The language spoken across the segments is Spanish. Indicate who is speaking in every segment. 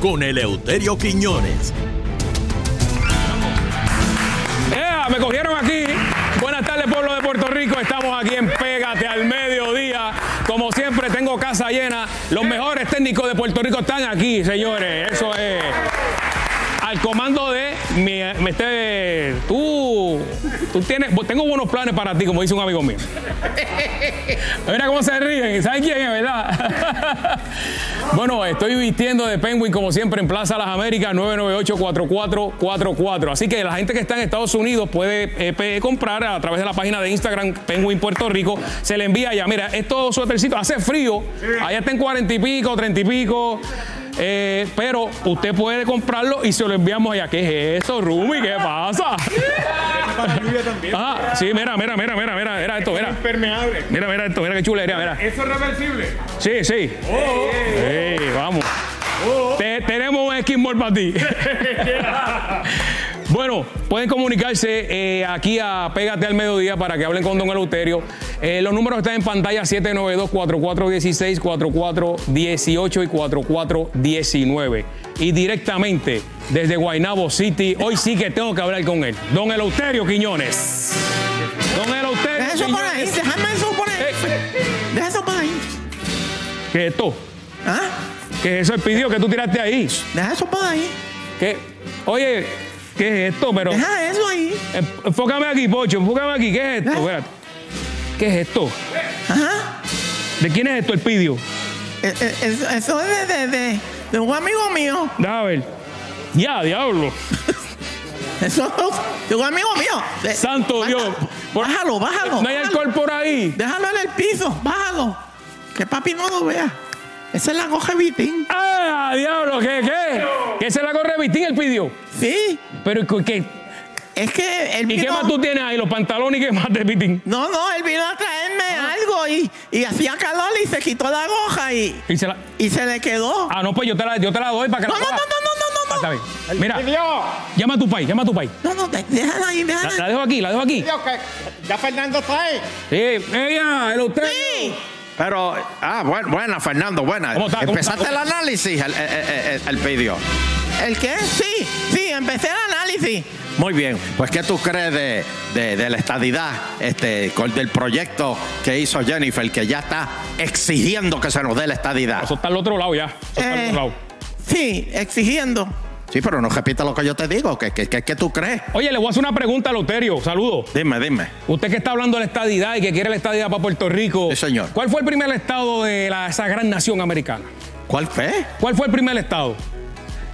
Speaker 1: con Eleuterio Quiñones.
Speaker 2: ¡Ea! Me cogieron aquí. Buenas tardes, pueblo de Puerto Rico. Estamos aquí en Pégate al Mediodía. Como siempre, tengo casa llena. Los mejores técnicos de Puerto Rico están aquí, señores. Eso es. Al comando de mi, mi- este, tú, tú tienes, tengo buenos planes para ti, como dice un amigo mío. Mira cómo se ríen, ¿sabes quién es, verdad? bueno, estoy vistiendo de Penguin como siempre en Plaza Las Américas 998-4444. Así que la gente que está en Estados Unidos puede eh, pe- comprar a través de la página de Instagram Penguin Puerto Rico. Se le envía ya. Mira, estos suétercitos hace frío, allá está en cuarenta y pico, treinta y pico. eh, pero usted puede comprarlo y se lo enviamos allá. ¿Qué es eso, Rumi? ¿Qué pasa?
Speaker 3: Para lluvia también.
Speaker 2: Ah, sí, mira, mira, mira, mira, mira, mira esto, mira.
Speaker 3: Impermeable.
Speaker 2: Mira, mira esto, mira qué chulería, mira.
Speaker 3: Eso es reversible. Oh,
Speaker 2: Sí, sí. Sí, vamos. Te- tenemos un skimboard para ti. bueno, pueden comunicarse eh, aquí a Pégate al Mediodía para que hablen con Don Eleuterio. Eh, los números están en pantalla 792-4416, 4418 y 4419. Y directamente desde Guaynabo City, hoy sí que tengo que hablar con él. Don Eleuterio Quiñones. Don Eleuterio
Speaker 4: Deja eso por ahí,
Speaker 2: Quiñones.
Speaker 4: déjame eso por ahí.
Speaker 2: Eh,
Speaker 4: Deja eso por ahí.
Speaker 2: ¿Qué es esto?
Speaker 4: ¿Ah?
Speaker 2: ¿Qué es eso el pidió que tú tiraste ahí?
Speaker 4: Deja eso por ahí.
Speaker 2: ¿Qué? Oye, ¿qué es esto? Pero
Speaker 4: Deja eso ahí.
Speaker 2: Enf- enfócame aquí, Pocho, enfócame aquí. ¿Qué es esto?
Speaker 4: ¿Eh?
Speaker 2: Espérate. ¿Qué es esto?
Speaker 4: Ajá.
Speaker 2: ¿De quién es esto el pidio?
Speaker 4: Eh, eh, Eso, eso es de, de, de- de un amigo mío.
Speaker 2: Déjame ver. Ya, diablo.
Speaker 4: Eso es de un amigo mío. De-
Speaker 2: Santo
Speaker 4: baja-
Speaker 2: Dios. Por-
Speaker 4: Bájalo, bájalo.
Speaker 2: No hay
Speaker 4: bájalo.
Speaker 2: alcohol por ahí.
Speaker 4: Déjalo en el piso, bájalo. Que papi no lo vea. Esa es la coja Vitín.
Speaker 2: ¡Ah, diablo! ¿Qué? ¿Qué? ¿Qué se la corre Vitín el pidio?
Speaker 4: Sí.
Speaker 2: Pero ¿y ¿qué?
Speaker 4: Es que él
Speaker 2: ¿Y
Speaker 4: vino.
Speaker 2: qué más tú tienes ahí? Los pantalones y qué más de Vitín.
Speaker 4: No, no, él vino a traerme
Speaker 2: Ah.
Speaker 4: algo y, y hacía calor y se quitó la goja y,
Speaker 2: Y se la-
Speaker 4: y se le quedó.
Speaker 2: Ah, no, pues yo te la, yo te la doy para que
Speaker 4: No,
Speaker 2: la
Speaker 4: no, no,
Speaker 2: cojas. Ah,
Speaker 4: no, no,
Speaker 2: está
Speaker 4: no, no.
Speaker 2: bien. Mira, llama a tu país, llama a tu país.
Speaker 4: No, no, de- déjala ahí,
Speaker 2: La,
Speaker 4: déjala
Speaker 2: la
Speaker 4: ahí.
Speaker 2: dejo aquí, la dejo aquí.
Speaker 3: Ya Fernando está ahí.
Speaker 2: Sí, ella, el usted.
Speaker 4: Sí.
Speaker 5: Pero, ah, bueno, buena, Fernando, buena.
Speaker 2: ¿Cómo está? ¿Cómo
Speaker 5: Empezaste
Speaker 2: está?
Speaker 5: el análisis, el, el- el- el- el pedido.
Speaker 4: ¿El qué? Sí, sí, empecé el análisis.
Speaker 5: Muy bien, pues ¿qué tú crees de, de- de la estadidad, este, con- del proyecto que hizo Jennifer, que ya está exigiendo que se nos dé la estadidad?
Speaker 2: Eso está al otro lado ya. Eso está al
Speaker 4: Eh,
Speaker 2: otro lado.
Speaker 4: sí, exigiendo.
Speaker 5: Sí, pero no repita lo que yo te digo, que, que, que- que tú crees.
Speaker 2: Oye, le voy a hacer una pregunta a Loterio. Saludo.
Speaker 5: Dime, dime.
Speaker 2: Usted que está hablando de la estadidad y que quiere la estadidad para Puerto Rico.
Speaker 5: Sí, señor.
Speaker 2: ¿Cuál fue el primer estado de la- esa gran nación americana?
Speaker 5: ¿Cuál fue?
Speaker 2: ¿Cuál fue el primer estado?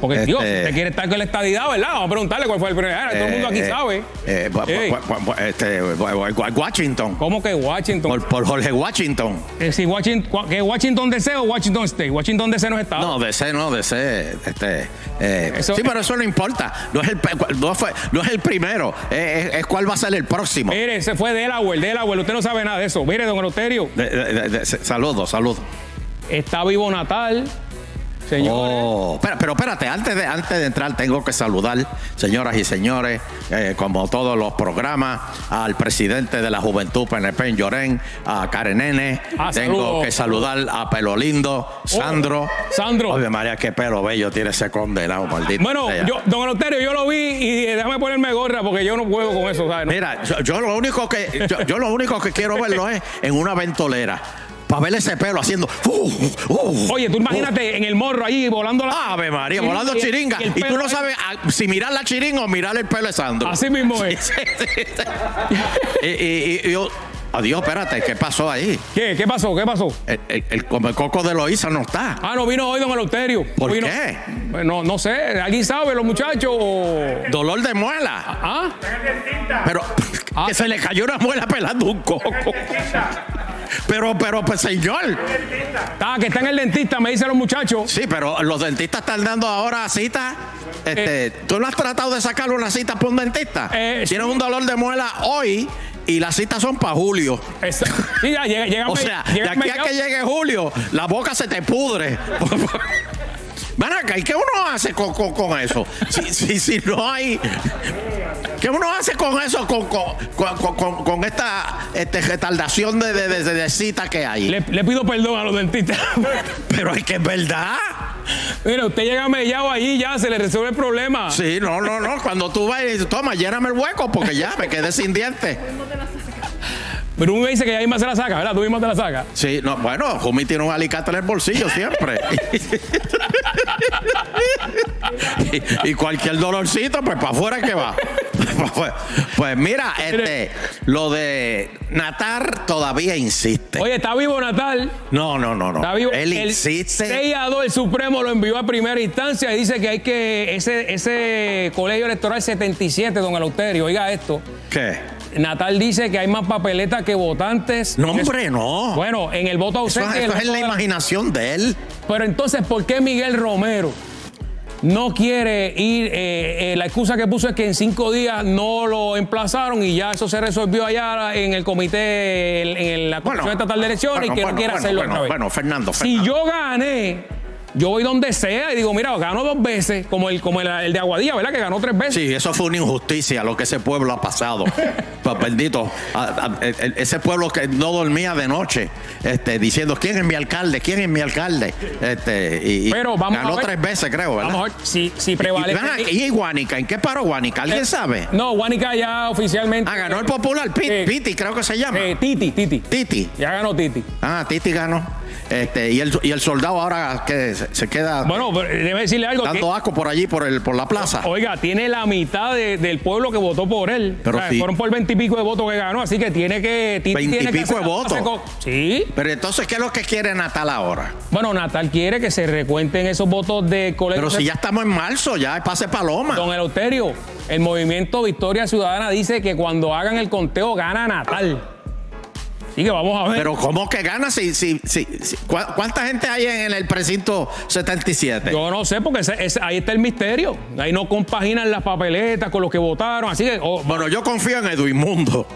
Speaker 2: Porque,
Speaker 5: Este-
Speaker 2: tío, usted quiere estar con la estadidad, ¿verdad? Vamos a preguntarle cuál fue el primer. Ah, Todo el mundo aquí
Speaker 5: Eh, eh,
Speaker 2: sabe.
Speaker 5: eh, bu-
Speaker 2: Ey,
Speaker 5: bu- bu- bu- este, bu- bu- bu- Washington,
Speaker 2: ¿Cómo que Washington?
Speaker 5: por, por Jorge Washington.
Speaker 2: Eh, si Washington, ¿Que Washington DC o Washington State? Washington DC no es estado.
Speaker 5: No, DC no, DC. Este, eh,
Speaker 2: Ah. Eso-
Speaker 5: sí, pero eso no importa. No es el, pe- no fue- no es el primero. eh, es, es cuál va a ser el próximo.
Speaker 2: Mire, ese fue Delaware, Delaware. Usted no sabe nada de eso. Mire, don Loterio,
Speaker 5: De- de- de- de- saludos, saludos.
Speaker 2: está vivo Natal. Señores.
Speaker 5: Oh, pero, pero espérate, antes de, antes de entrar tengo que saludar, señoras y señores, eh, como todos los programas, al presidente de la Juventud PNP en Llorén, a Karen Nene.
Speaker 2: Ah,
Speaker 5: tengo
Speaker 2: saludos.
Speaker 5: que saludar a Pelo Lindo, Sandro.
Speaker 2: Sandro.
Speaker 5: Oye, María, qué pelo bello tiene ese condenado, maldito.
Speaker 2: Bueno,
Speaker 5: sea.
Speaker 2: yo, don Eleuterio, yo lo vi y eh, déjame ponerme gorra porque yo no puedo con eso, ¿sabes?
Speaker 5: Mira, yo, yo lo único que yo, yo lo único que quiero verlo es en una ventolera. Para ver ese pelo haciendo. uh, uh,
Speaker 2: Oye, tú imagínate en el morro ahí volando la.
Speaker 5: Ave María,
Speaker 2: Sí,
Speaker 5: volando
Speaker 2: y el-
Speaker 5: chiringa.
Speaker 2: y el
Speaker 5: Y tú
Speaker 2: pelo
Speaker 5: no
Speaker 2: ahí.
Speaker 5: sabes a- si mirar la chiringa o mirar el pelo de Sandro.
Speaker 2: Así mismo es.
Speaker 5: Sí, sí, sí. y, y- y yo. Adiós, espérate, ¿qué pasó ahí?
Speaker 2: ¿Qué? ¿Qué pasó? ¿Qué pasó?
Speaker 5: El, el- el- como el coco de Loíza no está.
Speaker 2: Ah, no vino hoy, don Eleuterio.
Speaker 5: ¿Por
Speaker 2: Hoy no-
Speaker 5: qué?
Speaker 2: Pues No, no sé. ¿Alguien sabe, los muchachos? o-
Speaker 5: Dolor de muela.
Speaker 2: ¿Ah?
Speaker 5: Pero
Speaker 2: Ah.
Speaker 5: que se le cayó una muela pelando un coco. Pero, pero, pues, señor.
Speaker 2: Ah, que está en el dentista, me dicen los muchachos.
Speaker 5: Sí, pero los dentistas están dando ahora citas. Este, ¿Tú no has tratado de sacarle una cita por un dentista?
Speaker 2: Eh,
Speaker 5: Tienes
Speaker 2: sí.
Speaker 5: un dolor de muela hoy y las citas son para julio.
Speaker 2: Esa- Sí, ya, llega, llega
Speaker 5: O
Speaker 2: me-
Speaker 5: sea, de
Speaker 2: llega
Speaker 5: aquí a
Speaker 2: mercado.
Speaker 5: que llegue julio, la boca se te pudre. Van acá, ¿y qué uno hace con, con- con eso? Si, si, si no hay. ¿Qué uno hace con eso, con, con, con- con- con esta este, retardación de, de, de- de citas que hay?
Speaker 2: le, le pido perdón a los dentistas.
Speaker 5: Pero es que es verdad.
Speaker 2: Mira, usted llega mellado allí ya, se le resuelve el problema.
Speaker 5: Sí, no, no, no. Cuando tú vas y dices, toma, lléname el hueco porque ya me quedé sin dientes.
Speaker 2: Pero uno me dice que ya misma se la saca, ¿verdad? Tú mismo te la sacas.
Speaker 5: Sí, no, bueno, Jumi tiene un alicate en el bolsillo siempre. y, y cualquier dolorcito, pues para afuera que va. Pues, pues mira, este, lo de Natar todavía insiste.
Speaker 2: Oye, está vivo Natal.
Speaker 5: No, no, no, no.
Speaker 2: Está vivo.
Speaker 5: Él
Speaker 2: El
Speaker 5: insiste.
Speaker 2: 6 a 2, el Supremo lo envió a primera instancia y dice que hay que. Ese, ese colegio electoral 77, don Eleuterio, oiga esto.
Speaker 5: ¿Qué?
Speaker 2: Natal dice que hay más papeletas que votantes.
Speaker 5: No, hombre, no.
Speaker 2: Bueno, en el voto
Speaker 5: Eso,
Speaker 2: ausente. y el
Speaker 5: eso es en
Speaker 2: voto
Speaker 5: la
Speaker 2: de-
Speaker 5: imaginación de él.
Speaker 2: Pero entonces, ¿por qué Miguel Romero no quiere ir? Eh, eh, la excusa que puso es que en cinco días no lo emplazaron y ya eso se resolvió allá en el comité, en, en la Comisión Estatal de Elecciones
Speaker 5: bueno,
Speaker 2: y que
Speaker 5: bueno,
Speaker 2: no quiere
Speaker 5: bueno,
Speaker 2: hacerlo
Speaker 5: bueno,
Speaker 2: otra vez.
Speaker 5: Bueno, Fernando,
Speaker 2: si
Speaker 5: Fernando.
Speaker 2: yo gané, yo voy donde sea y digo, mira, gano dos veces, como el, como el, el de Aguadilla, ¿verdad? Que ganó tres veces.
Speaker 5: Sí, eso fue una injusticia lo que ese pueblo ha pasado. Pues bendito, a- a- e- e- ese pueblo que no dormía de noche, este, diciendo quién es mi alcalde, quién es mi alcalde. Este, y, y
Speaker 2: Pero vamos
Speaker 5: ganó
Speaker 2: a ver.
Speaker 5: tres veces, creo,
Speaker 2: A lo
Speaker 5: ¿verdad?
Speaker 2: mejor, si, si
Speaker 5: y,
Speaker 2: prevalece.
Speaker 5: ven aquí, y Guánica, ¿en qué paró Guánica?
Speaker 2: eh,
Speaker 5: ¿Alguien sabe?
Speaker 2: No, Guanica ya oficialmente.
Speaker 5: Ah, ganó el popular, Pit-
Speaker 2: Eh,
Speaker 5: Piti, creo que se llama.
Speaker 2: eh, Titi, Titi.
Speaker 5: Titi.
Speaker 2: Ya ganó Titi.
Speaker 5: Ah, Titi ganó. Este, y, el, y el soldado ahora que se, se queda
Speaker 2: Bueno, pero debe decirle algo. que-
Speaker 5: dando asco por allí, por, el, por la plaza.
Speaker 2: Oiga, tiene la mitad de- del pueblo que votó por él.
Speaker 5: Pero sí.
Speaker 2: Fueron por veintipico de votos que ganó, así que tiene que. ti- tiene que
Speaker 5: Veintipico
Speaker 2: hacer-
Speaker 5: de votos.
Speaker 2: hacer co- Sí.
Speaker 5: Pero entonces, ¿qué es lo que quiere Natal ahora?
Speaker 2: Bueno, Natal quiere que se recuenten esos votos de colegio.
Speaker 5: Pero si ya estamos en marzo, ya pase paloma.
Speaker 2: Don Eleuterio, el movimiento Victoria Ciudadana dice que cuando hagan el conteo gana Natal. Así que vamos a ver.
Speaker 5: Pero ¿cómo que gana si, si, si, si- ¿cuá- cuánta gente hay en el precinto 77?
Speaker 2: Yo no sé, porque ese- ese- ahí está el misterio. Ahí no compaginan las papeletas con los que votaron. Así que. oh,
Speaker 5: Bueno, yo confío en Edwin Mundo.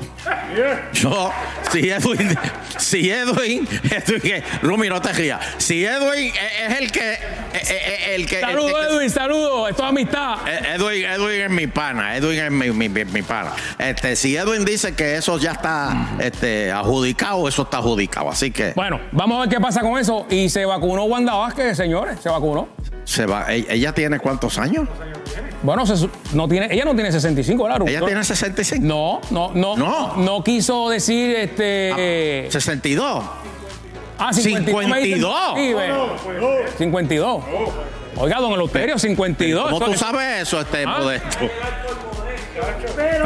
Speaker 5: Yo, si Edwin, si Edwin, Edwin que- Rumi, no te rías. Si Edwin es es el que, eh, eh, eh, el que, el-
Speaker 2: saludos,
Speaker 5: el-
Speaker 2: Edwin, saludos. Esto es amistad.
Speaker 5: Eh, Edwin, Edwin es mi pana, Edwin es mi, mi- mi- mi pana. Este, si Edwin dice que eso ya está este, adjudicado, eso está adjudicado. Así que
Speaker 2: Bueno, vamos a ver qué pasa con eso. Y se vacunó Wanda Vázquez, señores, se vacunó.
Speaker 5: se va. ¿E- ¿Ella tiene cuántos años?
Speaker 2: Bueno, se su- no tiene, ella no tiene 65, claro.
Speaker 5: Ella tiene 65.
Speaker 2: No, no, no, no.
Speaker 5: No.
Speaker 2: quiso decir
Speaker 5: Ah,
Speaker 2: este.
Speaker 5: 62.
Speaker 2: Ah,
Speaker 5: 52.
Speaker 2: me dicen, sí, ve. 52. Oiga, don Eleuterio, 52.
Speaker 5: ¿Cómo tú
Speaker 2: Eso-
Speaker 5: sabes eso, este
Speaker 2: Ah.
Speaker 5: modesto?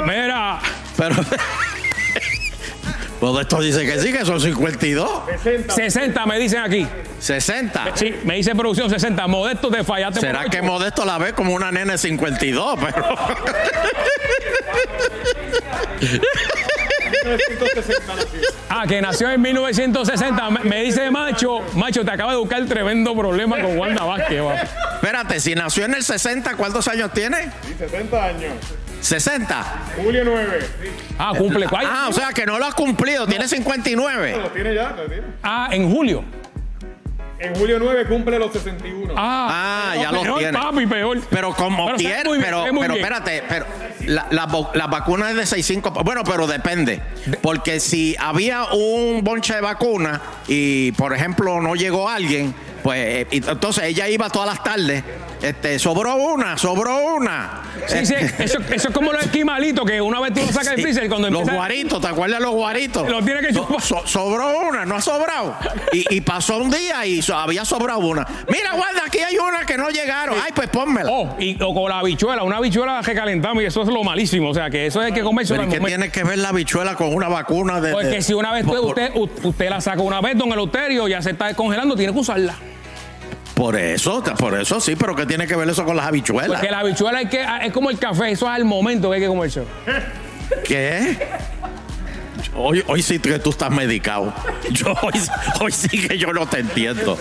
Speaker 2: Mira,
Speaker 5: Pero. modesto dice que sí, que son 52.
Speaker 2: 60 me dicen aquí.
Speaker 5: 60.
Speaker 2: Sí, me dice producción 60. Modesto, te fallaste. por
Speaker 5: ¿Será
Speaker 2: ocho.
Speaker 5: que Modesto la ve como una nena de 52? Pero.
Speaker 2: Ah, que nació en 1960. Me, me dice Macho. Macho, te acaba de buscar tremendo problema con Wanda Vázquez. va.
Speaker 5: Espérate, si nació en el 60, ¿cuántos años tiene?
Speaker 3: 60 años.
Speaker 5: 60.
Speaker 3: Julio 9.
Speaker 2: Ah, cumple. ¿cuál?
Speaker 5: Ah, o sea que no lo has cumplido, tiene 59.
Speaker 3: Lo tiene ya, lo tiene.
Speaker 2: Ah, en julio.
Speaker 3: En julio 9 cumple los 61.
Speaker 2: Ah,
Speaker 5: Ah, ya los
Speaker 2: peor,
Speaker 5: tiene.
Speaker 2: papi, peor.
Speaker 5: Pero como
Speaker 2: Pero se ve
Speaker 5: quieras,
Speaker 2: muy bien,
Speaker 5: pero,
Speaker 2: se ve muy
Speaker 5: pero
Speaker 2: bien.
Speaker 5: espérate, pero la, la vo- la vacuna es de 6.5, pa- bueno, pero depende, porque si había un bonche de vacuna y, por ejemplo, no llegó alguien, pues eh, y t- entonces ella iba todas las tardes, este, sobró una, sobró una.
Speaker 2: Sí, sí, eso, eso es como los esquimalitos que una vez tú lo sacas
Speaker 5: eh, Sí.
Speaker 2: el freezer cuando
Speaker 5: los
Speaker 2: empieza-
Speaker 5: guaritos, ¿te acuerdas de los guaritos?
Speaker 2: Lo tiene que chupar.
Speaker 5: So- sobró una, no ha sobrado. Y, y pasó un día y so- había sobrado una. Mira, guarda, aquí hay una que no llegaron. Ay, pues pónmela.
Speaker 2: Oh, y, o con la habichuela, una habichuela recalentamos y eso es lo malísimo. O sea, que eso es el que comerse
Speaker 5: Pero ¿y qué tiene que ver la bichuela con una vacuna de.?
Speaker 2: Porque
Speaker 5: de-
Speaker 2: si una vez
Speaker 5: por,
Speaker 2: usted, usted, usted la saca una vez, don Eleuterio, ya se está descongelando, tiene que usarla.
Speaker 5: por eso, por eso sí, pero ¿qué tiene que ver eso con las habichuelas?
Speaker 2: Porque la habichuela es, que, es como el café, eso es al momento que hay que comerse.
Speaker 5: ¿Qué? Hoy, hoy sí que tú estás medicado. Yo, hoy, hoy sí que yo no te entiendo.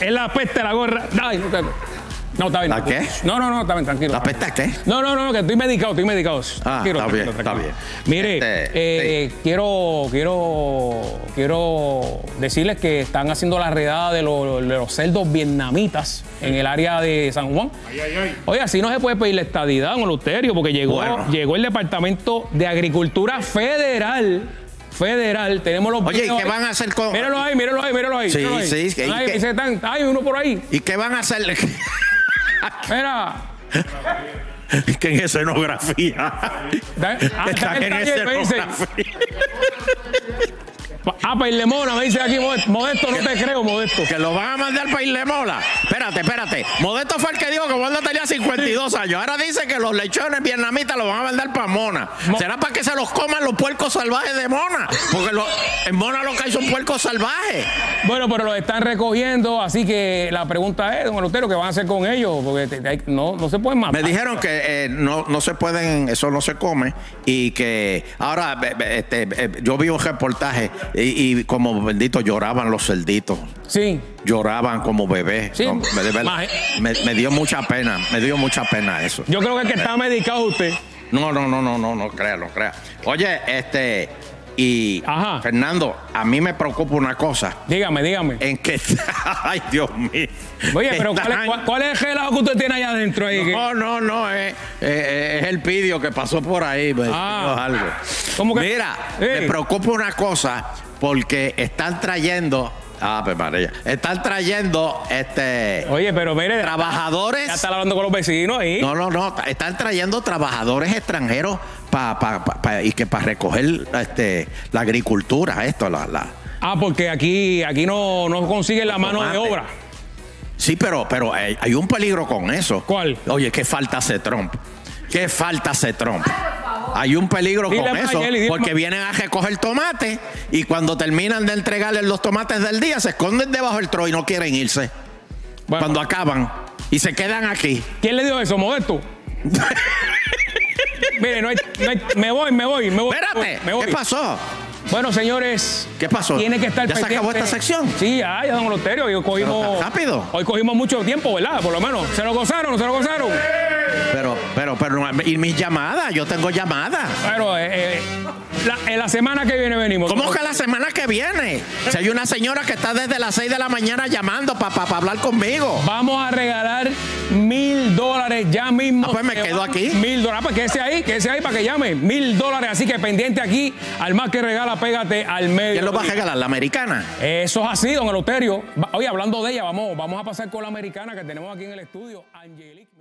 Speaker 2: Es la peste, la gorra. Ay, no, está- no, está bien.
Speaker 5: ¿La qué?
Speaker 2: No, no, no, está bien, tranquilo.
Speaker 5: ¿La pesta qué?
Speaker 2: No, no, no, que estoy medicado, estoy medicado.
Speaker 5: Ah,
Speaker 2: Tranquilo,
Speaker 5: está bien,
Speaker 2: tranquilo, tranquilo.
Speaker 5: está bien.
Speaker 2: Mire,
Speaker 5: Este,
Speaker 2: eh, quiero, quiero, quiero decirles que están haciendo la redada de los, de los cerdos vietnamitas en el área de San Juan. Oye, así no se puede pedir la estadidad, don Luterio, porque llegó,
Speaker 5: Bueno.
Speaker 2: llegó el Departamento de Agricultura Federal federal. Tenemos los
Speaker 5: Oye, ¿y
Speaker 2: videos
Speaker 5: qué
Speaker 2: ahí.
Speaker 5: van a hacer con-
Speaker 2: Mírenlo ahí, mírenlo ahí, mírenlo ahí.
Speaker 5: Sí,
Speaker 2: mírenlo ahí.
Speaker 5: sí, sí,
Speaker 2: Ay,
Speaker 5: ¿y qué?
Speaker 2: se están- ay, uno por ahí.
Speaker 5: ¿Y qué van a hacer?
Speaker 2: Mira.
Speaker 5: que en escenografía.
Speaker 2: Da- ah, está
Speaker 5: Están
Speaker 2: en el
Speaker 5: en
Speaker 2: taller, me dicen.
Speaker 5: escenografía.
Speaker 2: Ah, Perlemona, me dice aquí Modesto. Modesto, no te creo, Modesto.
Speaker 5: Que lo van a mandar para Isle Mola. Espérate, espérate. Modesto fue el que dijo que Wanda tenía 52 años. Ahora dice que los lechones vietnamitas los van a mandar para Mona.
Speaker 2: Mo-
Speaker 5: ¿Será para que se los coman los puercos salvajes de Mona? Porque lo- en Mona lo que hay son puercos salvajes.
Speaker 2: Bueno, pero los están recogiendo, así que la pregunta es, don Eleuterio, ¿qué van a hacer con ellos? Porque te- te- hay- no, no se pueden matar.
Speaker 5: Me dijeron que eh, no, no se pueden, eso no se come y que ahora be- be- este, eh, yo vi un reportaje y, y como bendito lloraban los cerditos,
Speaker 2: Sí.
Speaker 5: lloraban como bebés.
Speaker 2: Sí.
Speaker 5: No, de verdad, me, me dio mucha pena, me dio mucha pena eso.
Speaker 2: Yo creo que el que está medicado es usted.
Speaker 5: No, no, no, no, no, no crea, no crea. Oye, este, y
Speaker 2: Ajá.
Speaker 5: Fernando, a mí me preocupa una cosa.
Speaker 2: Dígame, dígame.
Speaker 5: En que, ay Dios mío.
Speaker 2: Oye, pero ¿cuál es,
Speaker 5: Están-
Speaker 2: cuál- cuál es el relajo que usted tiene allá adentro ahí?
Speaker 5: No, no, no, es, es- es el pidio que pasó por ahí. me
Speaker 2: Ah.
Speaker 5: dijo algo.
Speaker 2: ¿Cómo que-
Speaker 5: Mira,
Speaker 2: Eh.
Speaker 5: me preocupa una cosa, porque están trayendo. Ah, pues María. Están trayendo este
Speaker 2: Que- Oye, pero mire,
Speaker 5: trabajadores.
Speaker 2: ya está hablando con los vecinos ahí.
Speaker 5: No, no, no. ta- Están trayendo trabajadores extranjeros pa, pa- pa- pa- y que para recoger este, la agricultura, esto, la, la-
Speaker 2: Ah, porque aquí, aquí no, no consiguen la mano de
Speaker 5: tomates.
Speaker 2: obra.
Speaker 5: Sí, pero, pero eh, hay, hay un peligro con eso.
Speaker 2: ¿Cuál?
Speaker 5: Oye, qué falta hace Trump. Qué falta hace Trump. Hay un peligro
Speaker 2: Dile
Speaker 5: con
Speaker 2: más,
Speaker 5: eso,
Speaker 2: Yeli, dile
Speaker 5: porque
Speaker 2: más.
Speaker 5: vienen a recoger tomate y cuando terminan de entregarles los tomates del día, se esconden debajo del tro y no quieren irse.
Speaker 2: Bueno,
Speaker 5: Cuando acaban y se quedan aquí.
Speaker 2: ¿Quién le dio eso, Modesto? Mire, no hay, no hay- me voy, me voy, me voy.
Speaker 5: Espérate,
Speaker 4: Oh,
Speaker 2: me voy.
Speaker 5: ¿qué pasó?
Speaker 2: Bueno, señores.
Speaker 5: ¿Qué pasó?
Speaker 2: Tiene que estar
Speaker 5: ¿Ya se
Speaker 2: pendiente.
Speaker 5: acabó esta sección?
Speaker 2: Sí, ay, don Loterio, hoy cogimos.
Speaker 5: Pero tan rápido.
Speaker 2: Hoy cogimos mucho tiempo, ¿verdad? Por lo menos. ¿Se lo gozaron? ¿Se lo gozaron?
Speaker 5: Pero, pero, pero, y mis llamadas, yo tengo llamadas.
Speaker 2: Pero eh, eh, la, en la semana que viene venimos.
Speaker 5: ¿Cómo que la semana que viene? Si hay una señora que está desde las 6 de la mañana llamando para hablar conmigo.
Speaker 2: Vamos a regalar mil dólares ya mismo.
Speaker 5: Ah, pues, me
Speaker 2: Se
Speaker 5: quedo
Speaker 2: van
Speaker 5: aquí.
Speaker 2: Mil dólares. Ah, pues quédese ahí, quédese ahí para que llame. Mil dólares. Así que pendiente aquí. Al más que regala, pégate al medio.
Speaker 5: ¿Quién lo va a regalar? ¿La americana?
Speaker 2: Eso es así, don Eleuterio. Va- Oye, hablando de ella, vamos, vamos a pasar con la americana que tenemos aquí en el estudio, Angelique.